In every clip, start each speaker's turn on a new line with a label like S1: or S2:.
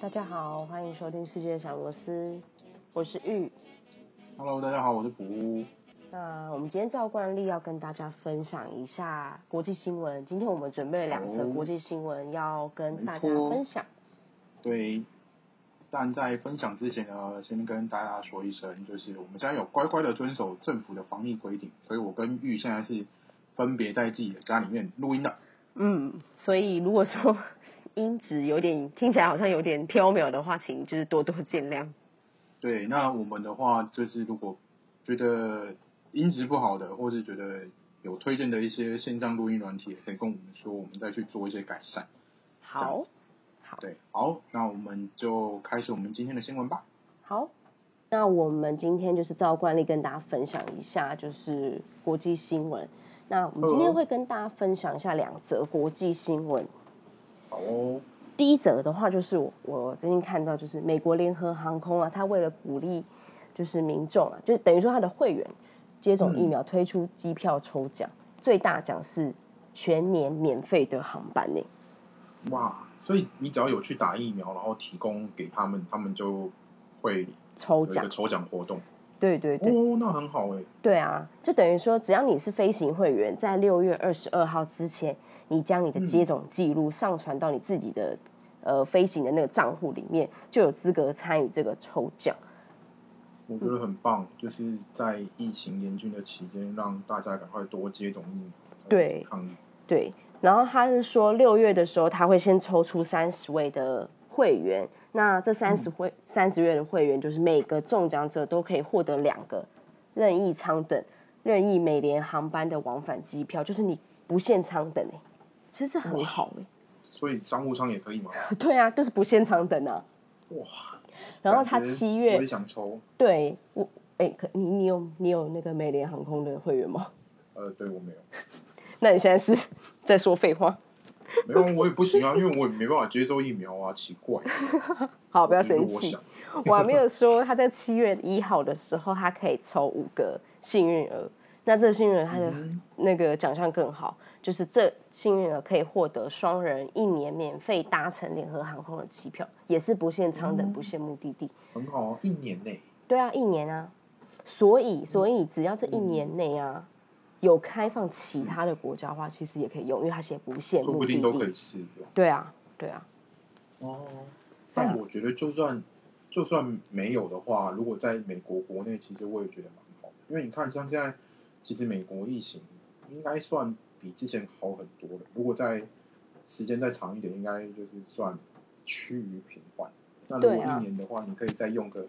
S1: 大家好，欢迎收听《世界小螺丝》，我是玉。
S2: Hello，大家好，我是古屋。
S1: 那我们今天照惯例要跟大家分享一下国际新闻。今天我们准备了两则
S2: 哦
S1: 国际新闻要跟大家
S2: 没错
S1: 分享。
S2: 对，但在分享之前呢，先跟大家说一声，就是我们现在有乖乖的遵守政府的防疫规定，所以我跟玉现在是分别在自己的家里面录音的。
S1: 嗯，所以如果说音质有点听起来好像有点飘渺的话，请就是多多见谅。
S2: 对，那我们的话就是如果觉得音质不好的，或是觉得有推荐的一些线上录音软体，也可以跟我们说，我们再去做一些改善。
S1: 好，
S2: 对，好，那我们就开始我们今天的新闻吧。
S1: 好，那我们今天就是照惯例跟大家分享一下，就是国际新闻。那我们今天
S2: 嗯
S1: 会跟大家分享一下两则国际新闻。
S2: 好哦，
S1: 第一则的话，就是我我最近看到，就是美国联合航空啊，它为了鼓励就是民众啊，就是等于说它的会员接种疫苗，推出机票抽奖，最大奖是全年免费的航班呢、
S2: 哇，所以你只要有去打疫苗，然后提供给他们，他们就会
S1: 抽
S2: 有一
S1: 奖
S2: 个。抽奖活动。
S1: 对对对，
S2: 哦，那很好哎。
S1: 对啊，就等于说，只要你是飞行会员，在六月二十二号之前，你将你的接种记录上传到你自己的呃飞行的那个账户里面，就有资格参与这个抽奖。
S2: 我觉得很棒，就是在疫情严峻的期间，让大家赶快多接种疫苗，
S1: 对
S2: 抗疫。
S1: 对，然后他是说六月的时候，他会先抽出三十位的会员，那这三十
S2: 嗯
S1: 会三十位的会员，就是每个中奖者都可以获得两个任意舱等、任意美联航班的往返机票，就是你不限舱等哎、其实这很好哎、
S2: 所以商务舱也可以嘛？
S1: 对啊，就是不限舱等啊。
S2: 哇！
S1: 然后他
S2: 感觉
S1: 七月
S2: 我也想抽，
S1: 对我，哎、可你你有你有那个美联航空的会员吗？
S2: 呃，对我没有，
S1: 那你现在是 在说废话？
S2: 没有 我也不行啊，因为我也没办法接受疫苗啊，奇怪。
S1: 好， 不
S2: 不
S1: 要生
S2: 我
S1: 气
S2: 想。，
S1: 我还没有说，他在七月一号的时候，他可以抽五个幸运儿。那这幸运儿他
S2: 嗯
S1: 的那个奖项更好，就是这幸运儿可以获得双人一年免费搭乘联合航空的机票，也是不限舱
S2: 嗯
S1: 等、不限目的地。
S2: 很好啊，一年内。
S1: 对啊，一年啊。所以，所以只要这
S2: 嗯
S1: 一年内啊，有开放其他的国家的话，其实也可以用，因为它写不限
S2: 说
S1: 目
S2: 不
S1: 的
S2: 定都可
S1: 地。
S2: 以试用。
S1: 对啊，对啊，
S2: 哦，
S1: 对啊
S2: 但我觉得就算就算没有的话，如果在美国国内，其实我也觉得蛮好的，因为你看，像现在其实美国疫情应该算比之前好很多了。如果在时间再长一点，应该就是算趋于平缓。那如果
S1: 对啊
S2: 一年的话，你可以再用个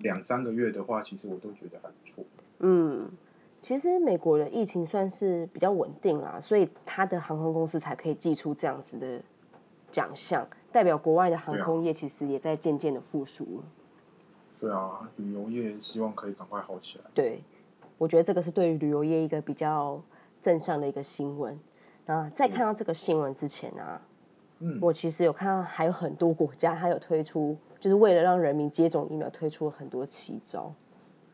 S2: 两三个月的话，其实我都觉得还不错。
S1: 嗯，其实美国的疫情算是比较稳定啦，所以它的航空公司才可以寄出这样子的奖项，代表国外的航
S2: 对啊
S1: 空业其实也在渐渐的复苏了。
S2: 对啊，旅游业希望可以赶快好起来。
S1: 对，我觉得这个是对于旅游业一个比较正向的一个新闻。那在看到这个新闻之前啊，
S2: 嗯
S1: 我其实有看到还有很多国家它有推出，就是为了让人民接种疫苗，推出了很多奇招。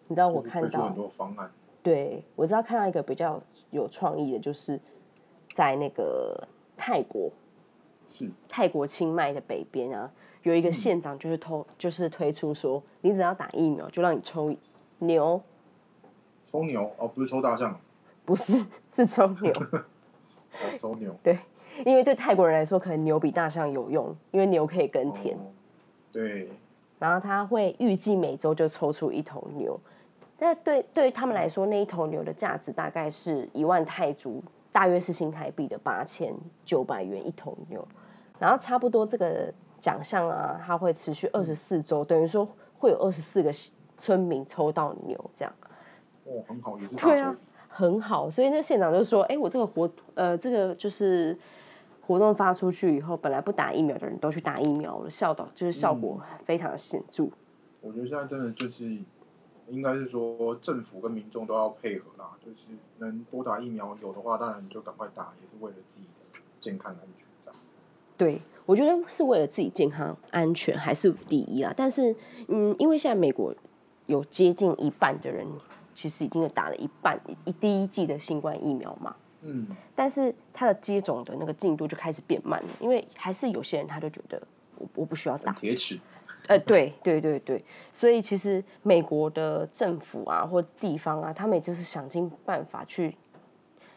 S1: 你知道哦我看
S2: 推出
S1: 到
S2: 很，多方案，
S1: 对我知道看到一个比较有创意的，就是在那个泰国，
S2: 是
S1: 泰国清迈的北边啊，有一个县长就是偷，就是推出说，你只要打疫苗就让你抽牛
S2: 抽牛哦，不是抽大象，
S1: 不是 是抽牛，
S2: 哦， 抽牛。
S1: 因为对泰国人来说，可能牛比大象有用，因为牛可以耕田。
S2: 哦对，
S1: 然后他会预计每周就抽出一头牛，但对对于他们来说，那一头牛的价值大概是一万泰铢，大约是新台币的八千九百元一头牛。然后差不多这个奖项啊，它会持续二十四周，等于说会有二十四个村民抽到牛这样。
S2: 哦，很好，也是大
S1: 对
S2: 手
S1: 啊
S2: 笔，
S1: 很好。所以那县长就说：“哎、我这个活呃，这个就是活动发出去以后，本来不打疫苗的人都去打疫苗了，效到就是效果非常显著。
S2: 我觉得现在真的就是，应该是说政府跟民众都要配合啦，就是能多打疫苗，有的话当然就赶快打，也是为了自己的健康安全这样子。
S1: 对，我觉得是为了自己健康安全还是第一啦。但是，嗯，因为现在美国有接近一半的人其实已经有打了一半一第一季的新冠疫苗嘛，
S2: 嗯，
S1: 但是它的接种的那个进度就开始变慢了，因为还是有些人他就觉得我我不需要打
S2: 很，铁齿，
S1: 呃，对对对对，所以其实美国的政府啊或者地方啊，他们也就是想尽办法去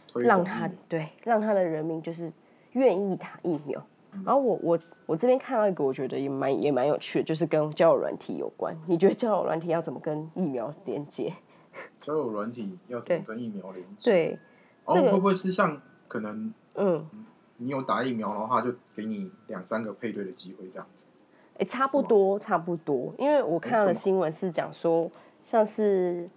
S2: 推
S1: 让
S2: 广
S1: 他
S2: 疫苗
S1: 对让他的人民就是愿意打疫苗。然后我我我这边看到一个，我觉得也蛮也蛮有趣的，就是跟交友软体有关。你觉得交友软体要怎么跟疫苗连接？
S2: 交友软体要怎
S1: 对
S2: 么跟疫苗连接？
S1: 对，
S2: 哦，
S1: 这个
S2: 会不会是像可能
S1: 嗯，
S2: 你有打疫苗，然后他就给你两三个配对的机会这样子？
S1: 诶，差不
S2: 是吗
S1: 多，差不多。因为我看到的
S2: 干嘛
S1: 新闻是讲说，像是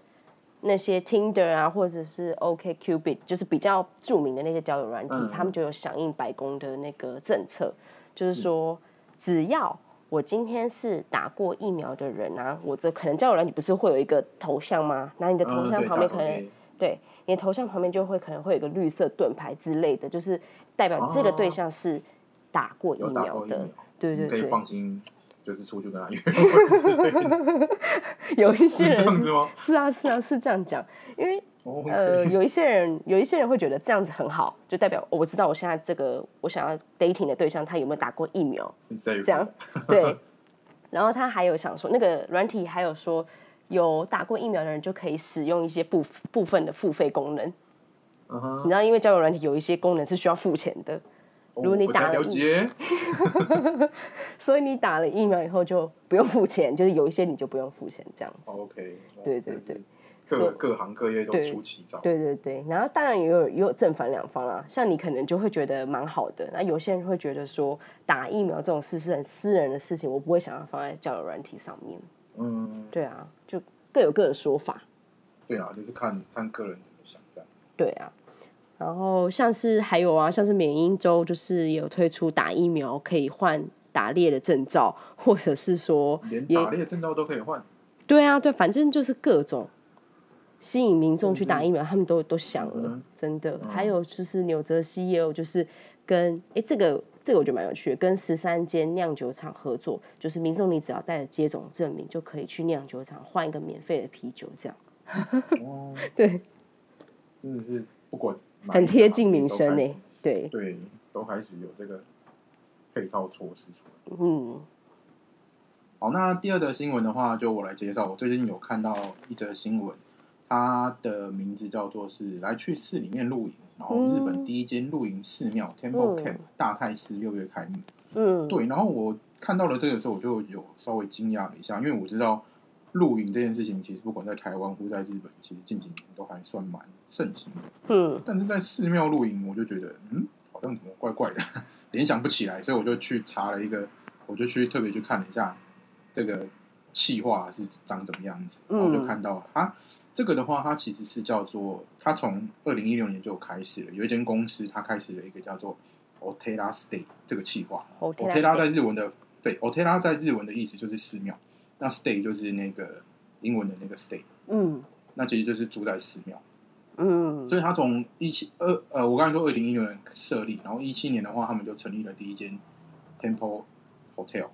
S1: 那些 Tinder 啊，或者是 OK Cupid，就是比较著名的那些交友软体，
S2: 嗯
S1: 他们就有响应白宫的那个政策，就是
S2: 是
S1: 说，只要我今天是打过疫苗的人啊，我这可能交友软体不是会有一个头像吗？然后你的头
S2: 嗯，
S1: 像
S2: 对，
S1: 旁
S2: 打
S1: 边可
S2: 头
S1: 能、
S2: A，
S1: 对，你的头像旁边就会可能会有一个绿色盾牌之类的，就是代表这个对
S2: 哦
S1: 象是打过疫
S2: 有打
S1: 苗
S2: 过疫苗嗯
S1: 的。，对对
S2: 你可以
S1: 对，
S2: 放心，就是出去跟他 约会之类的，
S1: 有一些人
S2: 是这样
S1: 是
S2: 子吗？
S1: 是啊，是啊，是这样讲，因为
S2: 哦
S1: 呃，
S2: ，OK，
S1: 有一些人，有一些人会觉得这样子很好，就代表、哦我知道我现在这个我想要 dating 的对象他有没有打过疫苗，
S2: 很 safe，
S1: 这 样对。然后他还有想说，那个软体还有说，有打过疫苗的人就可以使用一些部部分的付费功能。
S2: 嗯哼
S1: 你，知道，因为交友软体有一些功能是需要付钱的，
S2: 如
S1: 果你打了
S2: 哦了
S1: 疫
S2: 解，
S1: 所以你打了疫苗以后就不用付钱，就是有一些你就不用付钱这样。
S2: 哦 OK，哦
S1: 对对，
S2: 真
S1: 对
S2: 是各
S1: So-
S2: 各行各业都
S1: 对
S2: 出奇招，
S1: 对对对，然后当然也有也有正反两方啦。像你可能就会觉得蛮好的，那有些人会觉得说打疫苗这种事是很私人的事情，我不会想要放在交友软体上面。
S2: 嗯，
S1: 对啊，就各有各的说法。
S2: 对啊，就是看看个人怎么想这样。
S1: 对啊，然后像是还有啊，像是缅因州就是有推出打疫苗可以换打猎的证照，或者是说
S2: 连
S1: 也
S2: 打猎证照都可以 换，
S1: 对啊，对，反正就是各种吸引民众去打疫苗，他们都都想了，
S2: 嗯
S1: 真的。还有就是纽泽西也有，就是跟哎这个这个我觉得蛮有趣的，跟十三间酿酒厂合作，就是民众你只要带着接种证明就可以去酿酒厂换一个免费的啤酒，这样
S2: 哦，
S1: 对，
S2: 真的是不管哪一
S1: 很
S2: 个
S1: 贴
S2: 行
S1: 近
S2: 业
S1: 民
S2: 都
S1: 生欸
S2: 开
S1: 呢、
S2: 始
S1: 对，
S2: 对，都开始有这个配套措施出来。
S1: 嗯，
S2: 好，那第二则新闻的话，就我来介绍。我最近有看到一则新闻，它的名字叫做是来去寺里面露营，然后日本第一间露营寺庙、Temple
S1: 嗯
S2: Camp 大泰寺六月开幕。
S1: 嗯，
S2: 对，然后我看到了这个时候，我就有稍微惊讶了一下，因为我知道露营这件事情，其实不管在台湾或在日本，其实近几年都还算蛮盛行的。
S1: 嗯，
S2: 但是在寺庙露营，我就觉得，嗯，好像怎么怪怪的， 联想不起来，所以我就去查了一个，我就去特别去看了一下这个气化是长怎么样子，然
S1: 嗯
S2: 后就看到它这个的话，它其实是叫做，它从二零一六年就有开始了，有一间公司它开始了一个叫做 Otela Stay 这个气化
S1: 好
S2: ，Otela 在日文的对，Otela 在日文的意思就是寺庙，那 Stay 就是那个英文的那个 Stay，
S1: 嗯
S2: 那其实就是住在寺庙。
S1: 嗯
S2: 所以他从一七二呃，我刚才说二零一六年设立，然后一七年的话，他们就成立了第一间 Temple Hotel，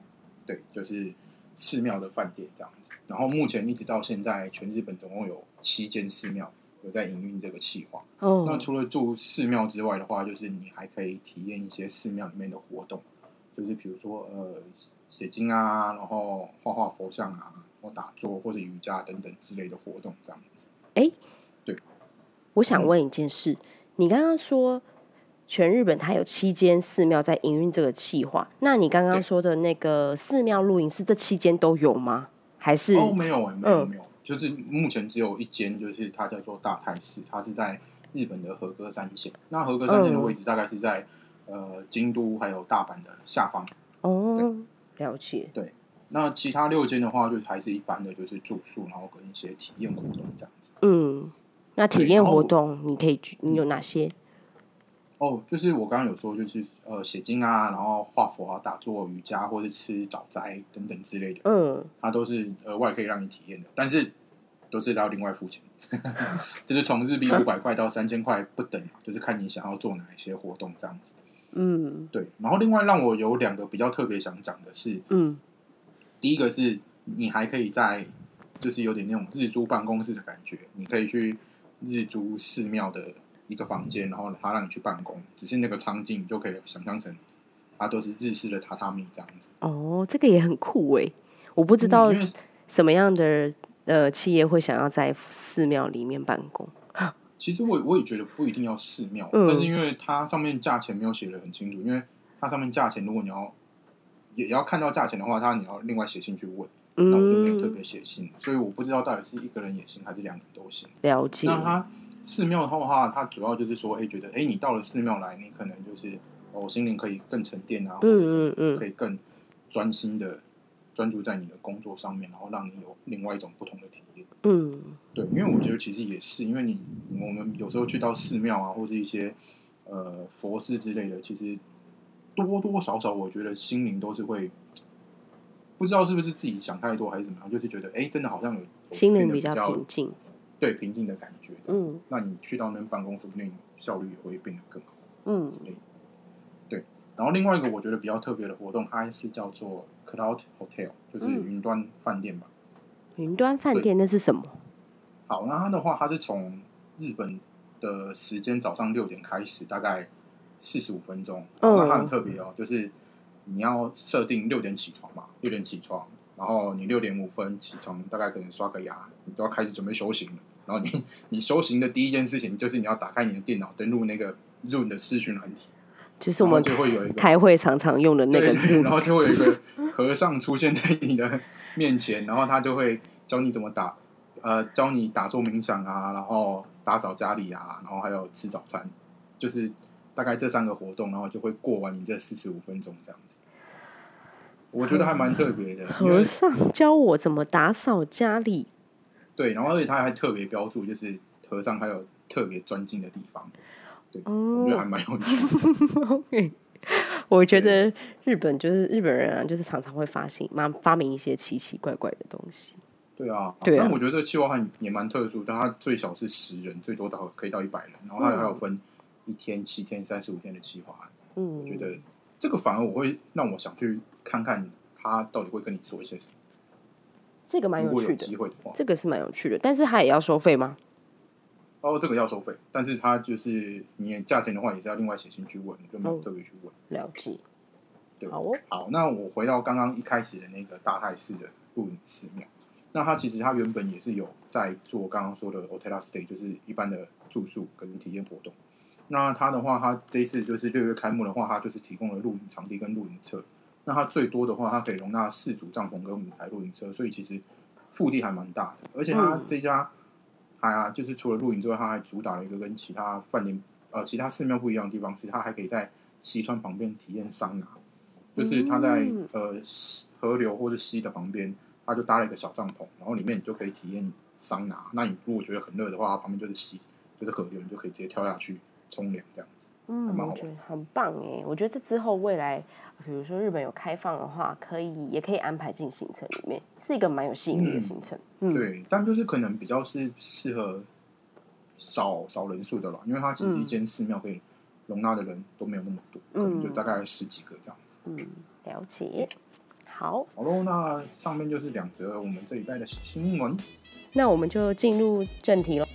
S2: 对，就是寺庙的饭店这样子。然后目前一直到现在，全日本总共有七间寺庙有在营运这个计划。那
S1: 哦，
S2: 除了住寺庙之外的话，就是你还可以体验一些寺庙里面的活动，就是比如说呃写经啊，然后画画佛像啊，或打坐或者瑜伽等等之类的活动这样子。
S1: 我
S2: 嗯
S1: 想问一件事，你刚刚说全日本它有七间寺庙在营运这个计划，那你刚刚
S2: 对
S1: 说的那个寺庙露营是这七间都有吗？还是、
S2: 哦，没有哎、没有
S1: 嗯
S2: 没有，就是目前只有一间，就是它叫做大泰寺，它是在呃日本的和歌山县。那和歌山县的
S1: 嗯
S2: 位置大概是在、呃京都还有大阪的下方。
S1: 哦，了
S2: 嗯
S1: 解，
S2: 那其他六间的话，就还是一般的，就是住宿，然后跟一些体验活动这样子。
S1: 嗯，那体
S2: 对
S1: 验
S2: 然后嗯
S1: 活
S2: 我
S1: 动你可以去，你有哪些？
S2: 哦，就是我刚刚有说，就是呃写经啊，然后画佛啊、打坐、瑜伽或是吃早斋等等之类的，
S1: 嗯，
S2: 它都是额外可以让你体验的，但是都是要另外付钱， 就是从日币五百块到三千块不等，就是看你想要做哪一些活动这样子。嗯，对。然后另外让我有两个比较特别想讲的是，
S1: 嗯，
S2: 第一个是你还可以在就是有点那种日租办公室的感觉，你可以去日租寺庙的一个房间，然后他让你去办公，只是那个场景你就可以想象成它都是日式的榻榻米这样子。
S1: 哦，这个也很酷诶，我不知道
S2: 嗯因为
S1: 什么样的呃企业会想要在寺庙里面办公。
S2: 其实我也我也觉得不一定要寺庙，
S1: 嗯
S2: 但是因为它上面价钱没有写的很清楚，因为它上面价钱如果你要也也要看到价钱的话，它你要另外写信去问，那我就没有特
S1: 嗯，
S2: 别写信，所以我不知道到底是一个人也行还是两个人都行。
S1: 了解。
S2: 那它寺庙的话，它主要就是说，哎、觉得哎、你到了寺庙来，你可能就是哦，心灵可以更沉淀啊，或者
S1: 嗯嗯嗯
S2: 可以更专心的专注在你的工作上面，然后让你有另外一种不同的体验。
S1: 嗯，
S2: 对，因为我觉得其实也是，因为你我们有时候去到寺庙啊，或是一些呃佛寺之类的，其实多多少少，我觉得心灵都是会不知道是不是自己想太多还是怎么样，就是觉得哎、真的好像有有
S1: 心
S2: 变
S1: 灵
S2: 得
S1: 比
S2: 比
S1: 较
S2: 较
S1: 平静。
S2: 对平静的感觉。
S1: 嗯
S2: 那你去到那办公，说不定效率也会变得更好
S1: 嗯
S2: 之类的。对，然后另外一个我觉得比较特别的活动，它是叫做 Cloud Hotel，就是
S1: 嗯
S2: 云端饭店吧。
S1: 云端饭店那是什么？
S2: 好，那它的话，它是从日本的时间早上六点开始，大概四十五分钟。
S1: 嗯
S2: 那它很特别哦，就是你要设定六点起床嘛，六点起床，然后你六点五分起床，大概可能刷个牙，你都要开始准备修行了。然后 你你修行的第一件事情就是你要打开你的电脑，登录那个 Zoom 的视讯软体，
S1: 就是
S2: 然
S1: 我
S2: 后
S1: 们
S2: 就会有一个
S1: 开会常常用的那个
S2: 对，然后就会有一个和尚出现在你的面前，然后他就会教你怎么打，呃，教你打坐冥想啊，然后打扫家里啊，然后还有吃早餐，就是大概这三个活动，然后就会过完你这四十五分钟这样子。我觉得还蛮特别的，因为
S1: 和尚教我怎么打扫家里。
S2: 对，然后而且他还特别标注，就是和尚还有特别专精的地方，我觉得还
S1: 哦
S2: 蛮有趣 的。
S1: ，OK。我觉得日本就是日本人啊，就是常常会发行妈发明一些奇奇怪怪的东西。
S2: 对啊，
S1: 对啊
S2: 但我觉得这个企划案也蛮特殊，但它最小是十人，最多到可以到一百人，然后它还有分一天、七天、三十五天的企划案。
S1: 嗯，
S2: 我觉得这个反而我会让我想去看看他到底会跟你做一些什么。
S1: 这个蛮
S2: 如
S1: 有
S2: 果有
S1: 趣的，
S2: 机会的话，
S1: 这个是蛮有趣的，但是它也要收费吗？
S2: 哦，这个要收费，但是它就是你也价钱的话也是要另外写信去问，就没有
S1: 哦
S2: 特别去问。
S1: 了解。
S2: 对
S1: 好哦，
S2: 好，那我回到刚刚一开始的那个大泰寺的露营寺庙，那它其实它原本也是有在做刚刚说的 o t e l a stay，就是一般的住宿跟体验活动。那它的话，它这一次就是六月开幕的话，它就是提供了露营场地跟露营车。那它最多的话，它可以容纳四组帐篷跟五台露营车，所以其实腹地还蛮大的。而且它
S1: 嗯
S2: 这家还、啊、就是除了露营之外，它还主打了一个跟其他饭店呃其他寺庙不一样的地方是，它还可以在西川旁边体验桑拿，就是它在、
S1: 嗯
S2: 呃西河流或是溪的旁边，它就搭了一个小帐篷，然后里面你就可以体验桑拿。那你如果觉得很热的话，它旁边就是溪，就是河流，你就可以直接跳下去冲凉这样子。还
S3: 嗯，
S2: 蛮好
S3: 我
S2: 玩
S3: 觉得很棒哎！我觉得这之后未来，比如说日本有开放的话，可以也可以安排进行程里面，是一个蛮有吸引力的
S2: 嗯
S3: 行程。
S2: 对，但就是可能比较是适合少少人数的啦，因为它其实一间寺庙可以容纳的人都没有那么多，可能就大概十几个这样子。
S3: 嗯，了解。好，
S2: 好喽，那上面就是两则我们这一代的新闻。
S1: 那我们就进入正题喽。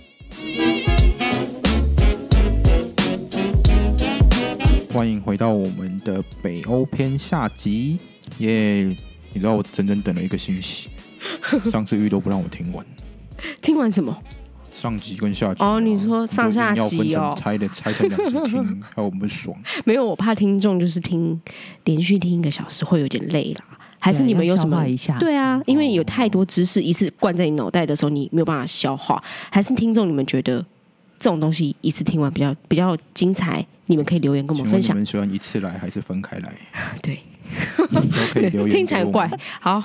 S2: 欢迎回到我们的北欧篇下集，耶、你知道我整整等了一个 星期，上次玉都不让我听完，
S1: 听完什么？
S2: 上集跟下集
S1: 哦你说上下集哦
S2: 你就硬要分成拆的拆成两集 听，还有我们不爽。
S1: 没有，我怕听众就是听连续听一个小时会有点累啦。还是你们有什
S4: 要消
S1: 么
S4: 化？一下？，
S1: 对啊，因为有太多知识一次灌在你脑袋的时候，你没有办法消化。还是听众你们觉得这种东西一次听完比较比较精彩，你们可以留言跟我
S2: 请
S1: 们
S2: 问
S1: 分
S2: 你
S1: 享。
S2: 们喜欢一次来还是 分开来？
S1: 对
S2: 都可以
S1: 对
S2: 留，言。
S1: 听起来很怪。。好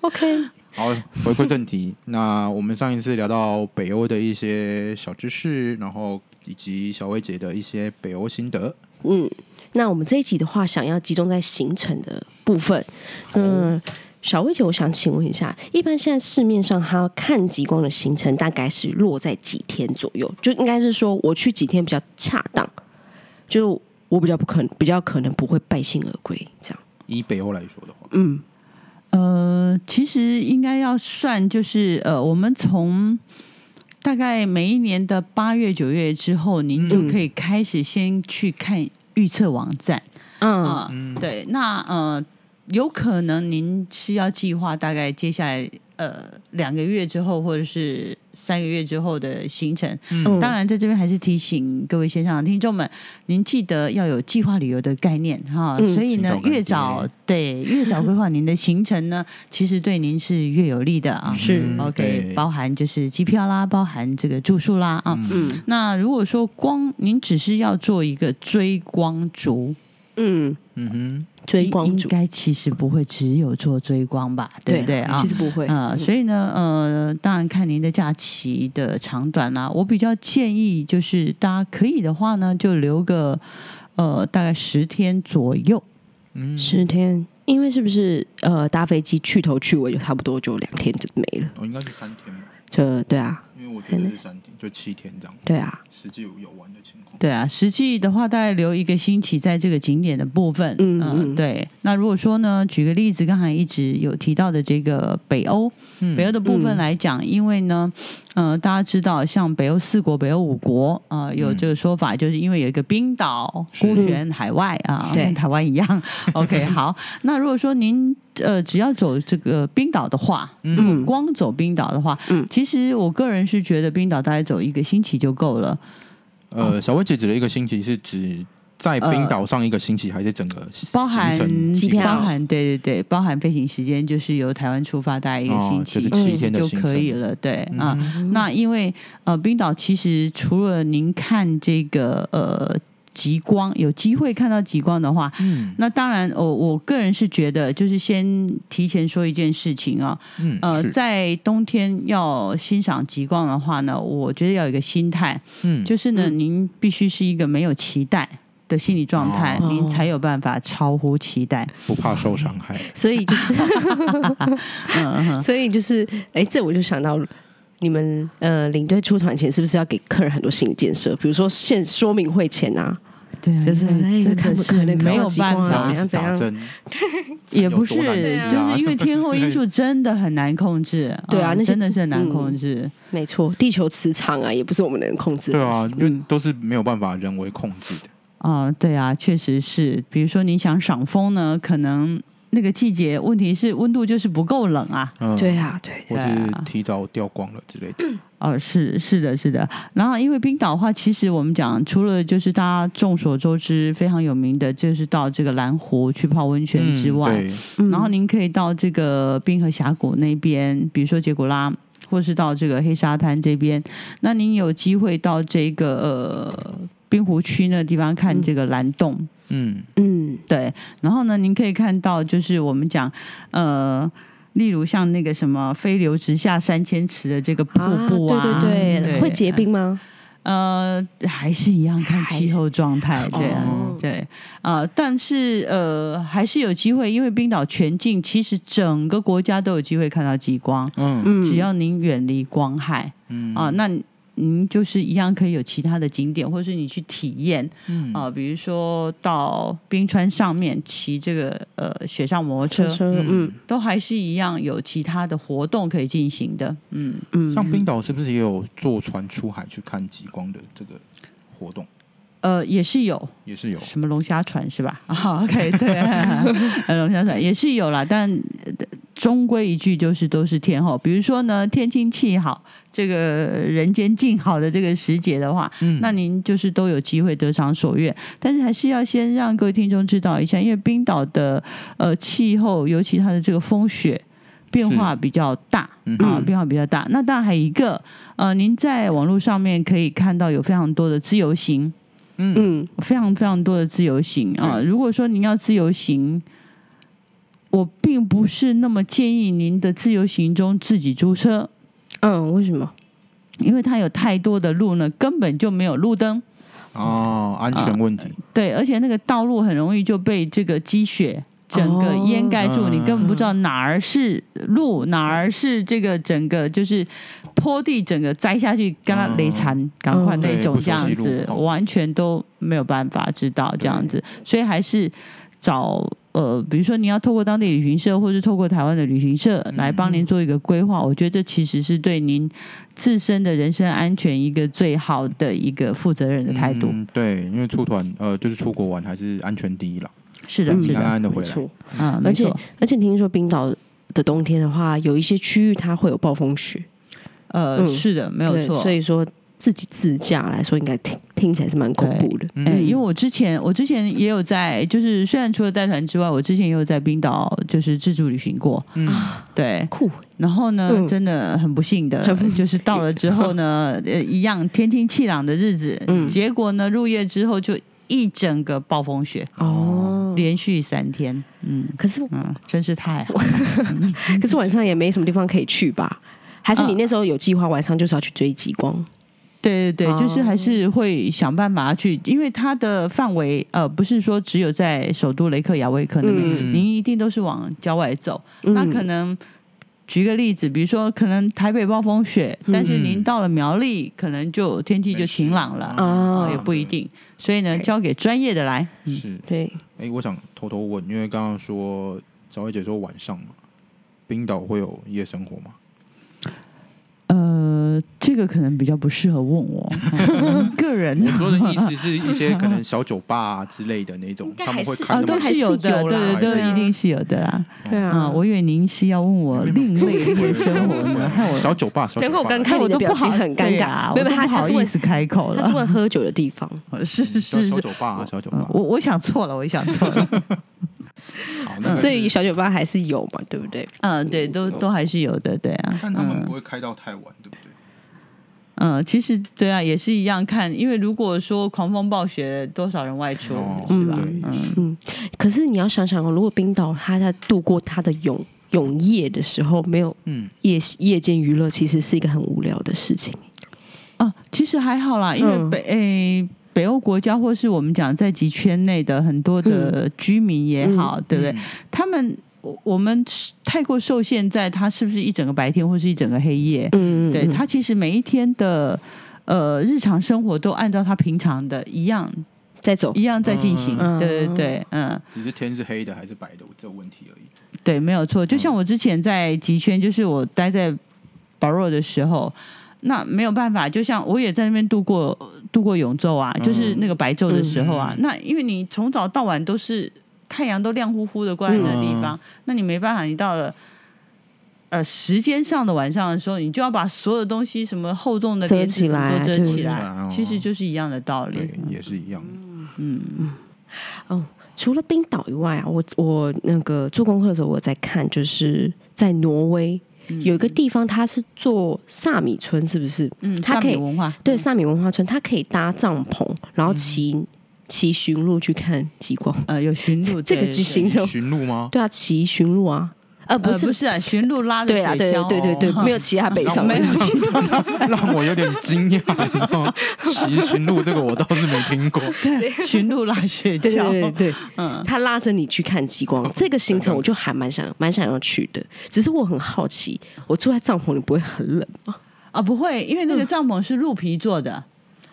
S1: ，OK，
S2: 好，回归正题。那我们上一次聊到北欧的一些小知识，然后以及小薇姐的一些北欧心得。
S1: 嗯，那我们这一集的话，想要集中在行程的部分。嗯，小薇姐，我想请问一下，一般现在市面上它看极光的行程大概是落在几天左右？就应该是说我去几天比较恰当，就我比较不可能，比较可能不会败兴而归这样。
S2: 以北欧来说的话，
S1: 嗯，
S4: 呃，其实应该要算，就是呃，我们从大概每一年的八月、九月之后，您就可以开始先去看预测网站
S1: 嗯
S4: 啊、对，那呃，有可能您是要计划大概接下来呃两个月之后，或者是三个月之后的行程。
S1: 嗯
S4: 当然，在这边还是提醒各位线上的听众们，您记得要有计划旅游的概念哈。
S1: 嗯
S4: 所以
S2: 请
S4: 呢
S2: 找，感
S4: 越
S2: 觉
S4: 早对越早规划您的行程呢， 其实对您是越有利的啊。
S1: 是
S2: 嗯
S4: OK，
S2: 对
S4: 包含就是机票啦，包含这个住宿啦啊。
S1: 嗯
S4: 那如果说光您只是要做一个追光族，
S1: 嗯，
S2: 嗯哼，
S1: 追光
S4: 应
S1: 族，
S4: 该其实不会只有做追光吧，对不对啊？
S1: 其实不会，嗯
S4: 呃，所以呢，呃，当然看您的假期的长短啦、我比较建议就是大家可以的话呢，就留个呃大概十天左右。
S2: 嗯，
S1: 十天，因为是不是呃搭飞机去头去尾就差不多就两天就没了，
S2: 哦，应该是三天吧，
S1: 这对啊
S2: 因为我觉得是三天，就七天这样，
S1: 对啊，
S2: 实际有有玩的情况。
S4: 对啊，实际的话大概留一个星期在这个景点的部分。
S1: 嗯
S4: 呃
S1: 嗯
S4: 对。那如果说呢，举个例子，刚才一直有提到的这个北欧，
S2: 嗯
S4: 北欧的部分
S1: 嗯
S4: 来讲，因为呢，呃，大家知道，像北欧四国、北欧五国啊、呃有
S2: 嗯
S4: 这个说法，就是因为有一个冰岛
S2: 是
S4: 孤悬海外啊，
S1: 嗯对
S4: 跟台湾一 样。OK，好，那如果说您呃只要走这个冰岛的话，
S1: 嗯
S4: 光走冰岛的话，
S1: 嗯
S4: 其实我个人是觉得冰岛大概走一个星期就够了。
S2: 呃，小薇姐指的一个星期是指在冰岛上一个星期，还是整个
S4: 包含
S2: 行程
S1: 机票
S4: 包含对对对，包含飞行时间，就是由台湾出发大概一个
S2: 哦
S4: 星期，
S2: 就是
S1: 七
S4: 其实
S2: 天的
S4: 就
S2: 行
S4: 可以
S2: 程嗯
S4: 了。对、啊，那因为呃，冰岛其实除了您看这个呃极光，有机会看到极光的话，
S2: 嗯
S4: 那当然我、我个人是觉得，就是先提前说一件事情啊、
S2: 嗯
S4: 呃，
S2: 是
S4: 在冬天要欣赏极光的话呢，我觉得要有一个心态，
S2: 嗯
S4: 就是呢，
S1: 嗯
S4: 您必须是一个没有期待的心理状态，
S1: 哦
S4: 您才有办法超乎期待。
S2: 不怕受伤害，
S1: 所以 就是，
S4: 嗯 哼，
S1: 所以就是，哎，这我就想到。你们呃，领队出团前是不是要给客人很多心理建设？比如说现说明会前啊，
S4: 对啊，
S1: 就是
S4: 因为
S1: 哎
S4: 真
S1: 看不
S4: 的是
S1: 可能看
S4: 没
S1: 到
S4: 有
S1: 极
S4: 办
S1: 光啊
S4: 法
S1: 怎样，
S2: 打针，
S4: 也不是，
S2: 有多难吃啊
S4: 就 是因为天候因素真的很难控制。
S1: 对啊
S4: 嗯
S1: 那些嗯
S4: 真的是很难控制。
S1: 没错，地球磁场啊，也不是我们能控制的
S2: 对
S1: 东西。
S2: 啊，
S4: 嗯
S2: 因为都是没有办法人为控制的。
S4: 啊，对啊，确实是。比如说您想赏枫呢，可能那个季节问题是温度就是不够冷啊。
S2: 嗯，
S1: 对，啊，对，
S2: 或是提早掉光了之类的。
S4: 哦，是是的，是的。然后，因为冰岛的话，其实我们讲，除了就是大家众所周知非常有名的，就是到这个蓝湖去泡温泉之外，
S2: 对，
S1: 嗯
S4: 然后您可以到这个冰河峡谷那边，比如说杰古拉，或是到这个黑沙滩这边，那您有机会到这个呃冰湖区那地方看这个蓝洞。
S2: 嗯
S1: 嗯，
S4: 对，然后呢，您可以看到，就是我们讲，呃，例如像那个什么“飞流直下三千尺”的这个瀑布啊，
S1: 啊对对对，会结冰吗？
S4: 呃，还是一样看气候状态，对啊、
S1: 哦
S4: 对，呃，但是呃，还是有机会，因为冰岛全境其实整个国家都有机会看到极光，
S2: 嗯
S1: 嗯，
S4: 只要您远离光害
S2: 嗯
S4: 啊、那您就是一样可以有其他的景点，或是你去体验
S2: 嗯
S4: 啊、比如说到冰川上面骑这个呃雪上摩托
S1: 车
S4: 车，
S1: 车，嗯
S2: 嗯
S4: 都还是一样有其他的活动可以进行的，嗯。
S1: 嗯，
S2: 像冰岛是不是也有坐船出海去看极光的这个活动？
S4: 呃，也是有，
S2: 也是有，
S4: 什么龙虾船是吧、o k 对， 呃龙虾船也是有啦，但呃终归一句就是都是天后。比如说呢，天清气好，这个人间静好的这个时节的话，
S2: 嗯
S4: 那您就是都有机会得偿所愿。但是还是要先让各位听众知道一下，因为冰岛的呃气候，尤其它的这个风雪。变化比较大
S2: 嗯
S4: 啊、
S1: 嗯
S4: 变化比较大。那当然还有一个，呃，您在网络上面可以看到有非常多的自由行，
S2: 嗯
S1: 嗯，
S4: 非常非常多的自由行啊、如果说您要自由行，我并不是那么建议您的自由行中自己租车，
S1: 嗯，为什么？
S4: 因为它有太多的路呢，根本就没有路灯。
S2: 哦，安全问题，
S4: 呃对，而且那个道路很容易就被这个积雪整个
S1: 哦
S4: 掩盖住，
S2: 嗯
S4: 你根本不知道哪儿是路，哪儿是这个整个就是坡地，整个栽下去，跟它
S2: 嗯
S4: 雷残，赶快那
S2: 对
S4: 种
S2: 不熟
S4: 这样
S2: 悉
S4: 子，
S2: 路
S4: 完全都没有办法知道这样子，所以还是找。呃，比如说你要透过当地旅行社，或是透过台湾的旅行社来帮您做一个规划，我觉得这其实是对您自身的人身安全一个最好的一个负责任的态度。
S5: 嗯对，因为出团呃，就是出国玩还是安全第一啦，
S4: 是的，
S5: 嗯
S4: 是
S5: 平安
S4: 的，
S5: 安的回
S1: 没
S5: 来。
S1: 错。
S4: 嗯，没
S1: 而且
S4: 错。
S1: 而且听说冰岛的冬天的话，有一些区域它会有暴风雪，
S4: 呃，
S1: 嗯
S4: 是的，没有
S1: 对
S4: 错。
S1: 所以说自己自驾来说，应该听听起来是蛮恐怖的。
S5: 嗯
S4: 哎、因为我之前我之前也有在，就是虽然除了带团之外，我之前也有在冰岛就是自助旅行过，
S5: 嗯，
S4: 对。
S1: 酷，
S4: 然后呢，
S1: 嗯
S4: 真的很不幸的，就是到了之后呢，呃，一样天清气朗的日子，
S1: 嗯
S4: 结果呢，入夜之后就一整个暴风雪，
S1: 哦。
S4: 连续三天，嗯
S1: 可是
S4: 嗯，真是太好了。
S1: 可是晚上也没什么地方可以去吧？还是你
S4: 嗯
S1: 那时候有计划晚上就是要去追极光？
S4: 对对对，就是
S1: 哦
S4: 还是会想办法去，因为它的范围呃，不是说只有在首都雷克雅未克那边，
S1: 嗯
S4: 您一定都是往郊外走。那
S1: 嗯
S4: 可能举个例子，比如说可能台北暴风雪，但是您到了苗栗，可能就天气就晴朗了，
S1: 嗯
S4: 啊、
S1: 哦
S4: 也不一定。所以呢，
S1: OK
S4: 交给专业的来。嗯，
S5: 是。
S1: 对，
S5: 哎、我想偷偷问，因为刚刚说小薇姐说晚上嘛，冰岛会有夜生活吗？
S4: 呃，这个可能比较不适合问我，嗯个人
S5: 我说的意思是一些可能小酒吧、啊、之类的那种，
S1: 该
S5: 他们会
S1: 还是
S5: 开
S1: 啊
S5: 的
S1: 都
S5: 吗
S4: 都
S1: 还
S4: 是
S1: 是
S4: 有的，
S1: 有
S4: 对
S1: 啦
S4: 对对，
S5: 还是
S4: 一
S5: 有
S4: 定是有的啦。
S1: 对
S4: 啊，
S1: 啊，
S4: 我以为您是要问我另类的夜生活呢， 害我
S5: 小酒吧，小
S1: 难
S5: 酒吧
S1: 怪我刚看
S4: 我
S1: 你
S4: 都
S1: 的表
S4: 不好
S1: 情很尴
S4: 对
S1: 尬
S4: 啊，
S1: 没有，没有他
S4: 我都不
S1: 他
S4: 好
S1: 是
S4: 意
S1: 问
S4: 思开口
S1: 他是
S4: 了。
S1: 问喝酒的地方，
S4: 是 是
S5: 小
S4: 是
S5: 小，酒吧、啊，小酒吧
S4: 嗯。我我想错了，我想错 了。
S5: 好，那
S1: 所以小酒吧还是有嘛，对不对？
S4: 嗯，对，都都还是有的，对啊。
S5: 但他们
S4: 嗯
S5: 不会开到太晚，对不对？
S4: 嗯，其实对啊，也是一样看，因为如果说狂风暴雪，多少人外出
S5: 哦
S4: 是吧？
S5: 对
S4: 嗯，
S1: 可是你要想想哦，如果冰岛他在度过他的永永夜的时候，没有
S5: 嗯，
S1: 夜夜间娱乐，其实是一个很无聊的事情。
S4: 哦，其实还好啦，因为
S1: 嗯
S4: 北诶、北欧国家或是我们讲在极圈内的很多的
S1: 嗯
S4: 居民也好，对不对？他们我我们太过受限在它是不是一整个白天或是一整个黑夜？
S1: 嗯，
S4: 对
S1: 嗯
S4: 他其实每一天的呃日常生活都按照他平常的一样
S1: 再走
S4: 一样在进行，
S1: 嗯
S4: 对对对，嗯，
S5: 只是天是黑的还是白的这个问题而已。
S4: 对，没有错。就
S1: 嗯
S4: 像我之前在极圈，就是我待在保若的时候，那没有办法，就像我也在那边度过度过永昼啊，
S1: 嗯
S4: 就是那个白昼的时候啊，那因为你从早到晚都是太阳都亮乎乎的挂在那个地
S1: 嗯
S4: 方，那你没办法，你到了。呃，时间上的晚上的时候，你就要把所有东西，什么厚重的
S1: 遮
S4: 帘子
S1: 起
S4: 什么都
S1: 来哦
S4: 遮
S1: 对
S4: 起
S5: 对
S4: 来，
S5: 对
S4: 其实就是一样的道理
S5: 对。，也是一样。
S4: 嗯，
S1: 除了冰岛以外啊，我我那个做功课的时候，我在看，就是在挪威有一个地方，它是做萨米村，是不是？
S4: 嗯，嗯
S1: 它
S4: 萨
S1: 可
S4: 米
S1: 以
S4: 文化
S1: 对，萨米文化村，它可以搭帐篷，然后骑、骑驯鹿去看极光。
S4: 呃有驯鹿
S1: 这个
S4: 对
S1: 骑行程，
S5: 寻路吗？
S1: 对啊，骑驯鹿啊，呃，不
S4: 呃
S1: 是，
S4: 不是啊，驯鹿拉着
S1: 对啊，
S4: 雪
S1: 对
S4: 橇，哦
S1: 对对 对对，没有骑他北上，
S4: 没有骑
S5: 让我有点惊讶。然后骑寻路这个我倒是没听过。
S4: 驯鹿拉雪
S1: 对对对
S4: 橇，
S1: 对，对
S4: 嗯，哦
S1: 他拉着你去看极光，这个行程我就还蛮想蛮想要去的。只是我很好奇，我住在帐篷里不会很冷吗？
S4: 啊，不会，因为
S1: 嗯
S4: 那个帐篷是鹿皮做的，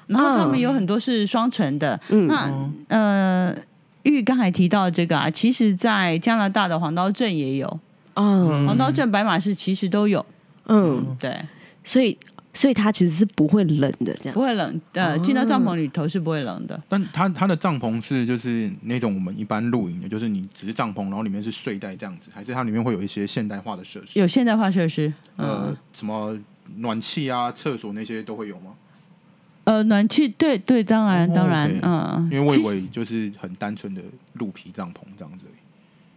S4: 然后他们有很多是双层的。
S1: 嗯
S4: 那
S5: 嗯
S4: 呃，玉刚才提到这个啊，其实，在加拿大的黄刀镇也有，
S1: 嗯
S4: 黄刀镇、白马市其实都有，
S1: 嗯，
S4: 对，
S1: 所以所以它其实是不会冷的，这样
S4: 不会冷，
S1: 哦
S4: 呃，进到帐篷里头是不会冷的。
S5: 但他他的帐篷是就是那种我们一般露营的，就是你只是帐篷，然后里面是睡袋这样子，还是它里面会有一些现代化的设施？
S4: 有现代化设施，嗯
S5: 呃，什么暖气啊、厕所那些都会有吗？
S4: 呃，暖气，对对，当然
S5: 哦
S4: 当然
S5: OK，
S4: 嗯，
S5: 因为我
S4: 其
S5: 以
S4: 实
S5: 为就是很单纯的鹿皮帐篷这样子而已。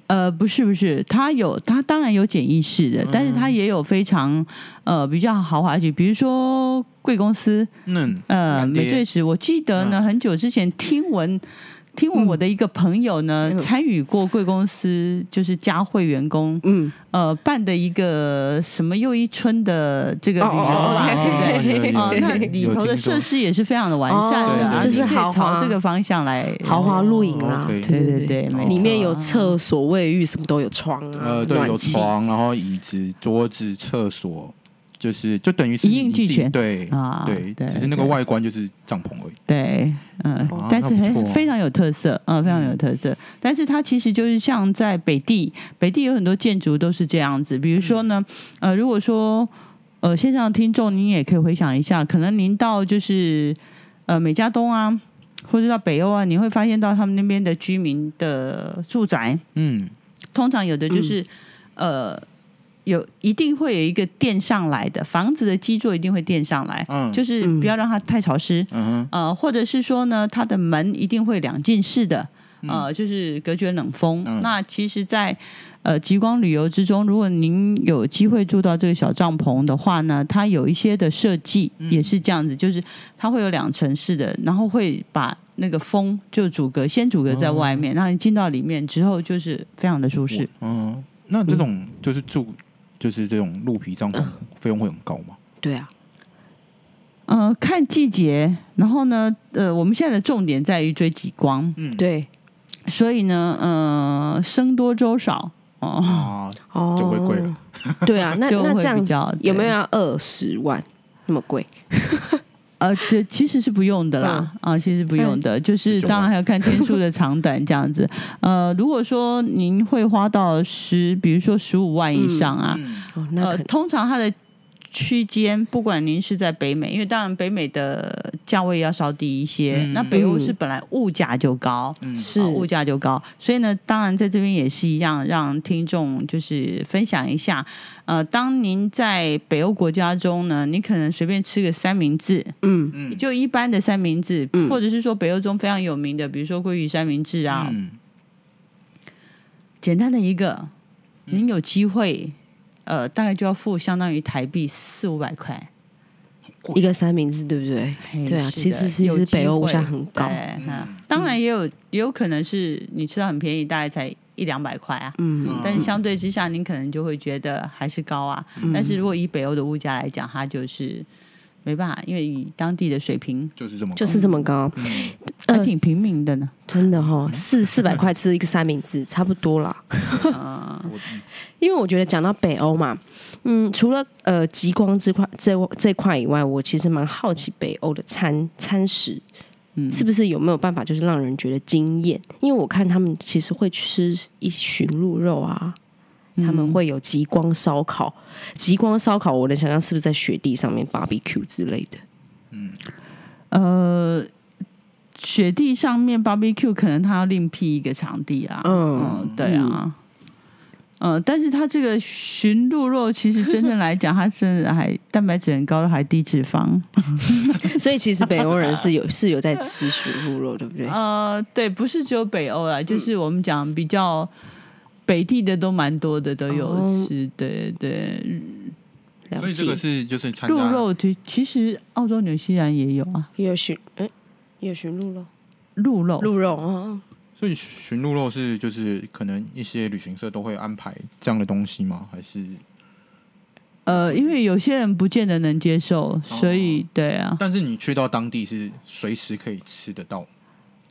S4: 呃，不是不是，它有它当然有简易式的，但是它也有非常呃比较豪华级，比如说贵公司，
S5: 嗯，
S4: 呃，
S5: 干爹
S4: 美最石，我记得呢，很久之前听闻。听闻我的一个朋友呢，参与过贵公司就是佳慧员工
S1: 嗯，
S4: 呃办的一个什么又一春的这个旅游
S5: 啊
S1: 哦
S4: 吧，
S1: OK
S4: 对不对？哦，那里头的设
S5: 设施。
S4: 施也是非常的完善的
S5: 哦
S4: 啊，
S5: 就是
S4: 你可以
S1: 豪华
S4: 朝这个方向来。
S1: 豪华露营啦，
S5: 哦，OK
S4: 对嗯对
S1: 对
S4: 对，没错
S1: 里面有厕所、卫浴，什么都有，床啊
S5: 呃，，对，有
S1: 暖气，
S5: 床，然后椅子、桌子、厕所，就是就等于是
S4: 一应
S5: 你自己
S4: 俱全
S5: 对
S4: 啊
S5: 对，
S4: 对
S5: 只是那个
S4: 对
S5: 外观就是帐篷而已。
S4: 对，嗯
S5: 哦，
S4: 但是
S5: 那不错
S4: 很非常有特色，嗯，非常有特色。但是它其实就是像在北地，北地有很多建筑都是这样子。比如说呢，
S5: 嗯
S4: 呃，如果说呃线上的听众，您也可以回想一下，可能您到就是呃美加东啊，或者到北欧啊，你会发现到他们那边的居民的住宅，
S5: 嗯，
S4: 通常有的就是、呃。有一定会有一个垫上来的房子的基座一定会垫上来，
S5: 嗯
S4: 就是不要让它太潮湿，
S5: 嗯哼，
S4: 呃，或者是说呢，它的门一定会两进式的，呃，就是隔绝冷风。
S5: 嗯
S4: 那其实在，呃极光旅游之中，如果您有机会住到这个小帐篷的话呢，它有一些的设计
S5: 嗯
S4: 也是这样子，就是它会有两层式的，然后会把那个风就阻隔，先阻隔在外面，然后你进到里面之后，就是非常的舒适。
S5: 嗯，那这种就是住，就是这种鹿皮帐篷，费用会很高吗？
S1: 对啊，
S4: 呃，看季节，然后呢，呃，我们现在的重点在于追极光，
S5: 嗯，
S1: 对，
S4: 所以呢，呃，僧多粥少哦。
S5: 啊，
S1: 哦
S5: 就会贵了。
S1: 对啊，那
S4: 就
S1: 那
S4: 会
S1: 这样
S4: 比较
S1: 有没有
S4: 对
S1: 要二十万那么贵？
S4: 呃，这其实是不用的啦，
S1: 嗯
S4: 啊，其实不用的，就是
S5: 19
S4: 当然还要看天数的长短这样子。呃，如果说您会花到十，比如说十五万以上啊，
S5: 嗯
S1: 哦，那可
S4: 呃，
S1: 能
S4: 通常它的区间，不管您是在北美，因为当然北美的价位要稍低一些，
S5: 嗯
S4: 那北欧是本来物价就高，
S5: 嗯
S1: 是
S4: 啊物价就高，所以呢，当然在这边也是一样，让听众就是分享一下，呃，当您在北欧国家中呢，你可能随便吃个三明治，
S1: 嗯
S5: 嗯
S4: 就一般的三明治，
S1: 嗯
S4: 或者是说北欧中非常有名的，比如说鲑鱼三明治啊，
S5: 嗯
S4: 简单的一个，
S1: 嗯
S4: 您有机会，呃，大概就要付相当于台币四五百块。
S1: 一个三明治，对不对？
S4: 嘿
S1: 对啊，
S4: 是
S1: 其
S4: 的
S1: 实其
S4: 有
S1: 实
S4: 机
S1: 北欧物
S4: 会
S1: 价很高
S4: 对，嗯当然也有也有可能是你吃到很便宜，大概才一两百块啊。
S1: 嗯，
S5: 嗯
S4: 但是相对之下，您可能就会觉得还是高啊。
S1: 嗯
S4: 但是如果以北欧的物价来讲，它就是没办法，因为以当地的水平
S5: 就是这么高，嗯
S1: 就是这么高，
S4: 还
S1: 呃
S4: 挺平民的呢。
S1: 真的哈，四四百块吃一个三明治差不多啦。
S5: 我
S1: 因为我觉得讲到北欧嘛，嗯，除了呃极光这块这这块以外，我其实蛮好奇北欧的餐餐食，
S4: 嗯
S1: 是不是有没有办法就是让人觉得惊艳？因为我看他们其实会吃一群鹿肉啊，他们会有极光烧烤，极光烧烤，我能想象是不是在雪地上面 barbecue 之类的？
S4: 呃，雪地上面 barbecue 可能它要另辟一个场地啦。
S1: 嗯
S4: 对啊。嗯、但是它这个驯鹿肉其实真正来讲，它真的还蛋白质很高，还低脂肪。
S1: 所以其实北欧人是有是有在吃驯鹿肉，对不对？
S4: 呃，对，不是只有北欧啦，就是我们讲比较北地的都蛮多的，都有
S1: 哦
S4: 吃。对对，
S1: 了
S5: 所以这
S1: 解
S5: 个，是就是参加
S4: 鹿肉其其实澳洲、纽西兰也有啊，
S1: 也有驯哎，也有驯鹿肉，
S4: 鹿肉。
S1: 鹿肉
S4: 嗯
S1: 哦，
S5: 所以寻鹿肉是就是可能一些旅行社都会安排这样的东西吗？还是？
S4: 呃，因为有些人不见得能接受，所以对啊，
S5: 但是你去到当地是随时可以吃得到，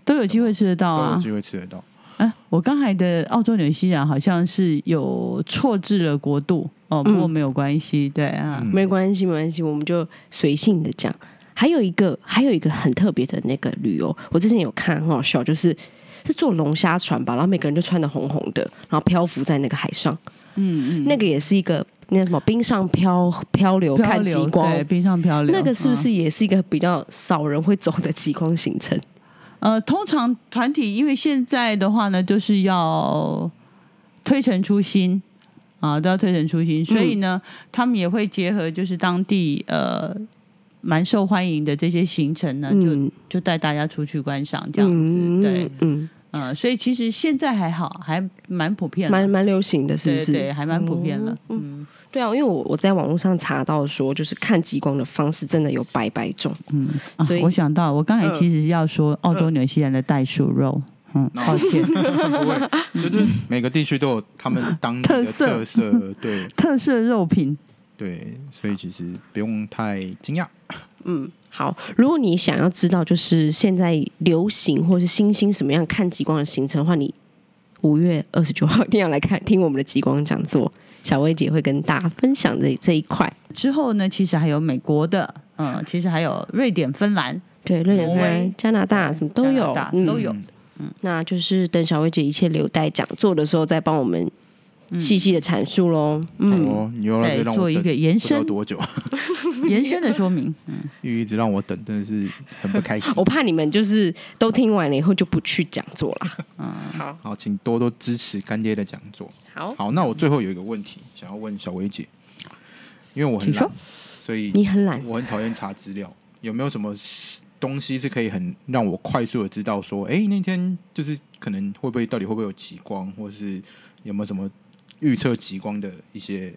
S4: 都有机会吃得到
S5: 都有
S4: 啊。
S5: 机会吃得到。
S4: 哎，我刚才的澳洲、纽西兰好像是有错置了国度哦，
S1: 嗯
S4: 不过没有关系，对啊，
S1: 没关系，没关系，我们就随性的讲。还有一个，还有一个很特别的那个旅游，我之前有看，很好笑，就是是坐龙虾船吧，然后每个人就穿的红红的，然后漂浮在那个海上，
S4: 嗯嗯，
S1: 那个也是一个那个什么冰上漂漂流
S4: 漂
S1: 看
S4: 流
S1: 极光，
S4: 对，冰上漂流，
S1: 那个是不
S4: 嗯？
S1: 是也是一个比较少人会走的极光行程？
S4: 呃，通常团体因为现在的话呢，就是要推陈出新啊，都要推陈出新，所以
S1: 嗯
S4: 呢，他们也会结合就是当地呃蛮受欢迎的这些行程呢，就
S1: 嗯，
S4: 就带大家出去观赏这样子，
S1: 嗯
S4: 对，，
S1: 嗯，
S4: 呃，所以其实现在还好，还蛮普遍的，
S1: 蛮蛮流行的，是不是？
S4: 对对，还蛮普遍了。嗯，
S1: 对啊，因为我我在网络上查到说，就是看极光的方式真的有百百种，
S4: 啊
S1: 所以嗯
S4: 我想到，我刚才其实是要说澳洲、纽西兰的袋鼠肉，嗯，
S5: 那
S4: 抱 歉，
S5: 不 会，就是每个地区都有他们当地的
S4: 特色
S5: 特色，对
S4: 特色肉品
S5: 对，所以其实不用太惊讶。
S1: 好，如果你想要知道就是现在流行或是新兴什么样看极光的行程的话，你五月二十九号一定要来看听我们的极光讲座，小薇姐会跟大家分享这这一块。
S4: 之后呢，其实还有美国的，嗯，其实还有瑞典、芬兰，
S1: 对，瑞典、
S4: 挪
S1: 芬
S4: 威
S1: 兰、加拿大什么都有
S4: 加拿大，
S1: 嗯
S4: 都有。
S1: 那就是等小薇姐一切留待讲座的时候再帮我们
S4: 嗯
S1: 细细的阐述喽。嗯，。
S5: 哦，你又让
S4: 再
S5: 让我
S4: 做一
S5: 等
S4: 个延
S5: 不知道
S4: 伸
S5: 多久，
S4: 延伸的说明。嗯
S5: 玉一直让我等，真的是很不 开心
S1: 我怕你们就是都听完了以后就不去讲座啦。
S5: 好，请多多支持干爹的讲座。
S4: 哦
S1: 好，
S5: 好，那我最后有一个问题想要问小薇姐，因为我很
S4: 请
S5: 懒
S4: 说，
S5: 所以
S1: 你很懒，
S5: 我很讨厌查资料，有没有什么东西是可以很让我快速的知道说，哎、那天就是可能会不会到底会不会有极光，或是有没有什么预测极光的一些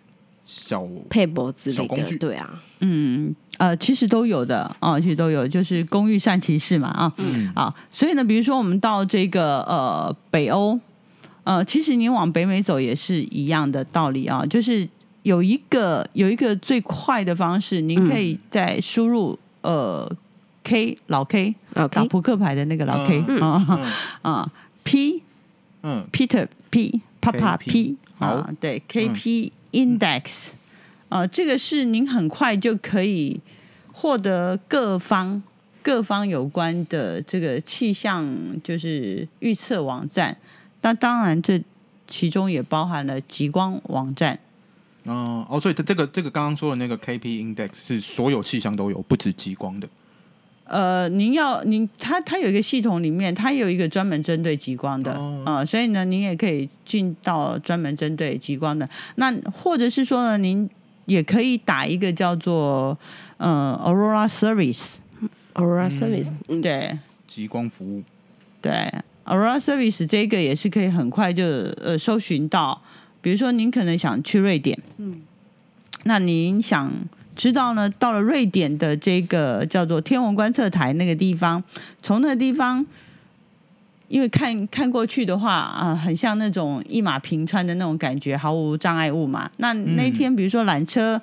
S5: 小
S1: 佩博之类
S5: 小工
S1: 的，
S5: 具
S1: 对啊，
S4: 嗯，呃，其实都有的啊、其实都有，就是公寓善其事嘛啊、啊，所以呢，比如说我们到这个呃北欧，呃，其实你往北美走也是一样的道理啊，就是有一个有一个最快的方式，您可以在输入、呃 K 老 K 打
S1: OK，
S4: 扑克牌的那个老 K
S5: 嗯
S4: 啊
S5: 嗯
S4: 啊 P
S5: 嗯
S4: Peter P
S5: KP
S4: Papa P
S5: 好
S4: 啊，对 KP Index，呃，这个是您很快就可以获得各方各方有关的这个气象就是预测网站。那当然，这其中也包含了极光网站。
S5: 哦哦，所以它这个这个刚刚说的那个 KP index 是所有气象都有，不止极光的。
S4: 呃，您要您它它有一个系统里面，它有一个专门针对极光的，
S5: 哦
S4: 呃，所以呢，您也可以进到专门针对极光的。那或者是说呢，您也可以打一个叫做呃 Aurora Service，
S1: Aurora Service，嗯，
S4: 对
S5: 极光服务，
S4: 对，Aurora Service 这个也是可以很快就呃搜寻到。比如说，您可能想去瑞典，嗯，那您想知道呢，到了瑞典的这个叫做天文观测台那个地方，从那个地方，因为看看过去的话啊、很像那种一马平川的那种感觉，毫无障碍物嘛。那那天比如说缆车。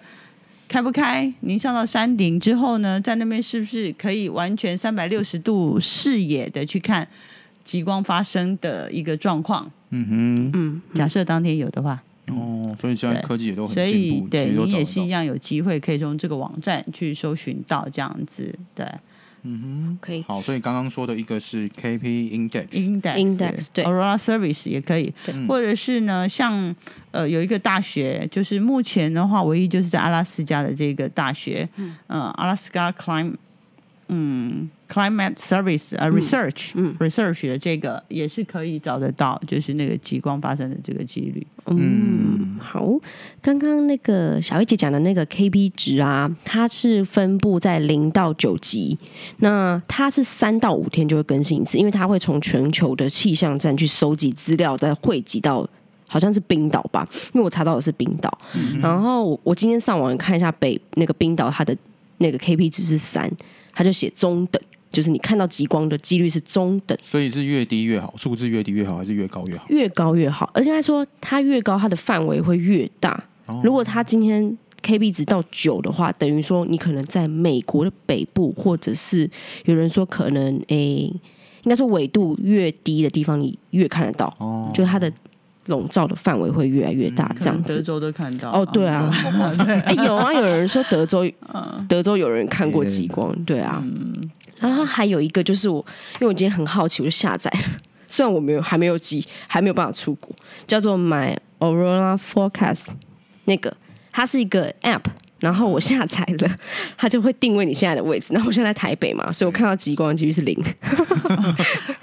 S4: 开不开？您上到山顶之后呢，在那边是不是可以完全三百六十度视野的去看极光发生的一个状况？
S5: 嗯
S4: 假设当天有的话，
S5: 哼，哦，所以现在
S4: 嗯对
S5: 科技也都很
S4: 所
S5: 进
S4: 以
S5: 步，
S4: 对
S5: 其实都
S4: 你
S5: 找
S4: 也
S5: 得
S4: 是一
S5: 到
S4: 样有机会可以从这个网站去搜寻到这样子。对
S1: 可以
S5: 好，所以刚刚说的一个是 KP index，
S4: ，Index
S1: Index，对
S4: Aurora Service 也可以，或者是呢，像呃有一个大学，就是目前的话，唯一就是在阿拉斯加的这个大学，嗯、呃，Alaska Climate。嗯，Climate Service 呃 Research，嗯，Research 的这个也是可以找得到，就是那个极光发生的这个几率。
S1: 嗯，好，刚刚那个小薇姐讲的那个 KP 值啊，它是分布在零到九级，那它是三到五天就会更新一次，因为它会从全球的气象站去收集资料，再汇集到。好像是冰岛吧，因为我查到的是冰岛。
S5: 嗯
S1: 然后我我今天上网看一下北那个冰岛，它的那个 KP 值是三，它就写中等，就是你看到极光的几率是中等。
S5: 所以是越低越好，数字越低越好，还是越高越好？
S1: 越高越好，而且他说它越高，它的范围会越大。
S5: 哦
S1: 如果它今天 KB 值到九的话，等于说你可能在美国的北部，或者是有人说可能诶、应该说纬度越低的地方，你越看得到，
S5: 哦
S1: 就它的笼罩的范围会越来越大，这样
S4: 嗯德
S1: 子。
S4: 州都看到嗯
S1: 哦，对，啊，哎、有啊，有人说德州，德州有人看过极光，对啊。然后还有一个就是我，因为我今天很好奇，我就下载了，虽然我没有还没有机，还没有办法出国，叫做 My Aurora Forecast，那个它是一个 App。然后我下载了，它就会定位你现在的位置。然后我现在在台北嘛，所以我看到极光的几率是零。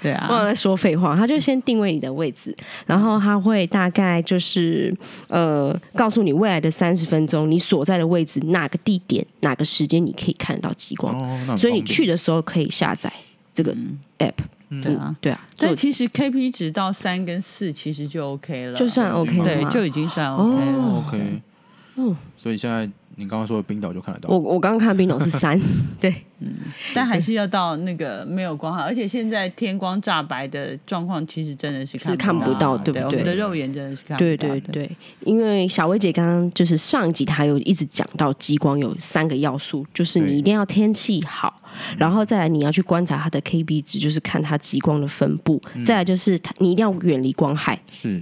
S4: 对
S1: 我
S4: 啊，
S1: 有在说废话，他就先定位你的位置，然后他会大概就是呃告诉你未来的三十分钟你所在的位置哪个地点哪个时间你可以看得到极光，
S5: 哦，那很
S1: 所以你
S5: 方便
S1: 去的时候可以下载这个 app，
S4: 对啊。
S1: 对啊，
S4: 但
S1: 就
S4: 其实 KP 值到三跟四其实就 OK 了，
S1: 就算 OK 了
S4: 对
S1: 嘛，哦
S4: 就已经算 OK 了。
S5: OK，
S2: 所以现在你刚刚说的冰岛就看得
S1: 嗯我
S2: 到，
S1: 我刚刚看冰岛是三，对，
S4: 但还是要到那个没有光害，而且现在天光炸白的状况，其实真的是
S1: 是看
S4: 不
S1: 不到
S4: 对
S1: 对不
S4: 我们
S1: 对
S4: 的肉眼真的是看不到
S1: 对
S4: 的。
S1: 对对，因为小薇姐刚刚就是上一集她有一直讲到极光有三个要素，就是
S2: 对
S1: 你一定要天气好，然后再来你要去观察它的 KB 值，就是看它极光的分布，再来就是它你一定要远离光害，
S2: 嗯是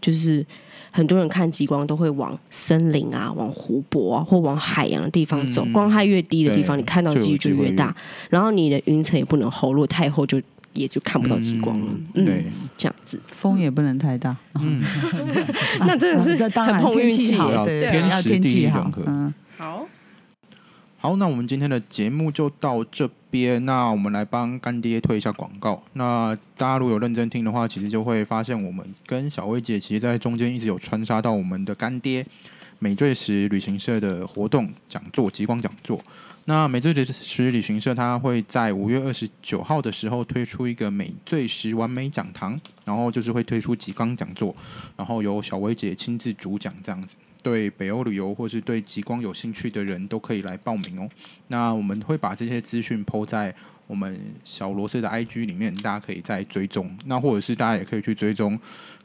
S1: 就是很多人看极光都会往森林啊、往湖泊啊或往海洋的地方走，光害越低的地方，
S2: 嗯对
S1: 你看到的
S2: 就有
S1: 几率就
S2: 机会
S1: 越
S2: 越
S1: 大，然后你的云层也不能厚，如果太厚就也就看不到极光了，嗯，
S2: 对，
S1: 这样子，
S4: 风也不能太大，
S1: 那真 的是
S4: 这当
S1: 很
S4: 然
S1: 碰运
S4: 天气
S1: 气
S2: 对
S4: 好，
S2: 啊
S4: 对，
S2: 天
S4: 要
S2: 时
S4: 天
S2: 地利
S4: 气好
S2: 人和，
S4: 嗯，
S6: 好，
S2: 好，那我们今天的节目就到这边。那我们来帮干爹推一下广告。那大家如果有认真听的话，其实就会发现我们跟小薇姐其实，在中间一直有穿插到我们的干爹美最时旅行社的活动讲座、极光讲座。那美最时旅行社，它会在五月二十九号的时候推出一个美最时完美讲堂，然后就是会推出极光讲座，然后由小薇姐亲自主讲这样子。对北欧旅游或是对极光有兴趣的人都可以来报名哦。那我们会把这些资讯抛在我们小罗斯的 IG 里面，大家可以再追踪。那或者是大家也可以去追踪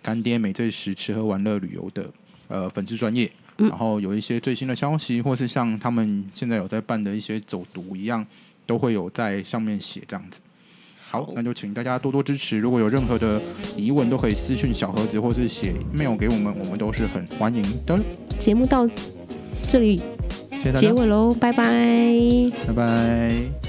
S2: 干爹美最时吃喝玩乐旅游的呃粉丝专业，然后有一些最新的消息，或是像他们现在有在办的一些走读一样，都会有在上面写这样子。好，那就请大家多多支持。如果有任何的疑问，都可以私讯小盒子，或是写 mail 给我们，我们都是很欢迎的。
S1: 节目到这里
S2: 谢谢大
S1: 结
S2: 家，
S1: 尾喽，拜拜。
S2: 拜拜。